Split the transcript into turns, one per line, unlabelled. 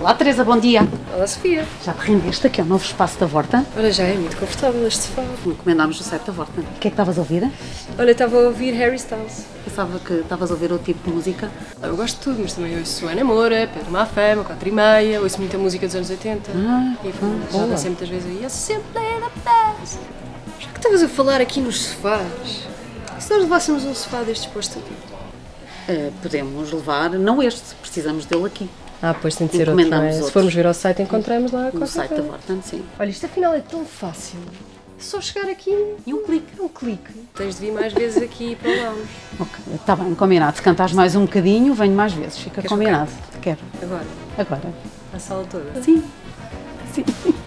Olá Teresa, bom dia.
Olá Sofia.
Já te rendeste aqui ao novo espaço da Vorta?
Olha, já é muito confortável este sofá.
Encomendámos o site da Vorta. O que é que estavas a ouvir?
Olha, estava a ouvir Harry Styles.
Pensava que estavas a ouvir outro tipo de música.
Ah, Eu gosto de tudo, mas também ouço Ana Moura, Pedro Mafama, 4 e meia, ouço muita música dos anos 80.
Ah,
e
ah,
já
boa.
dancei muitas vezes aí. Eu sempre the best. Já que estavas a falar aqui nos sofás, e se nós levássemos um sofá destes para o estúdio?
Eh, podemos levar, não este, precisamos dele aqui.
Ah, pois tem de
ser outro, não é? Se formos
ver ao site, encontramos lá
No site da Vorta, sim.
Olha, isto afinal é tão fácil. Só chegar aqui
E um clique.
um clique. Tens de vir mais vezes aqui para o lounge.
Ok, está bem, combinado. Se cantares mais um bocadinho, venho mais vezes. Fica
Queres
combinado. Quero.
Agora,
Agora.
a sala toda.
Sim. Sim.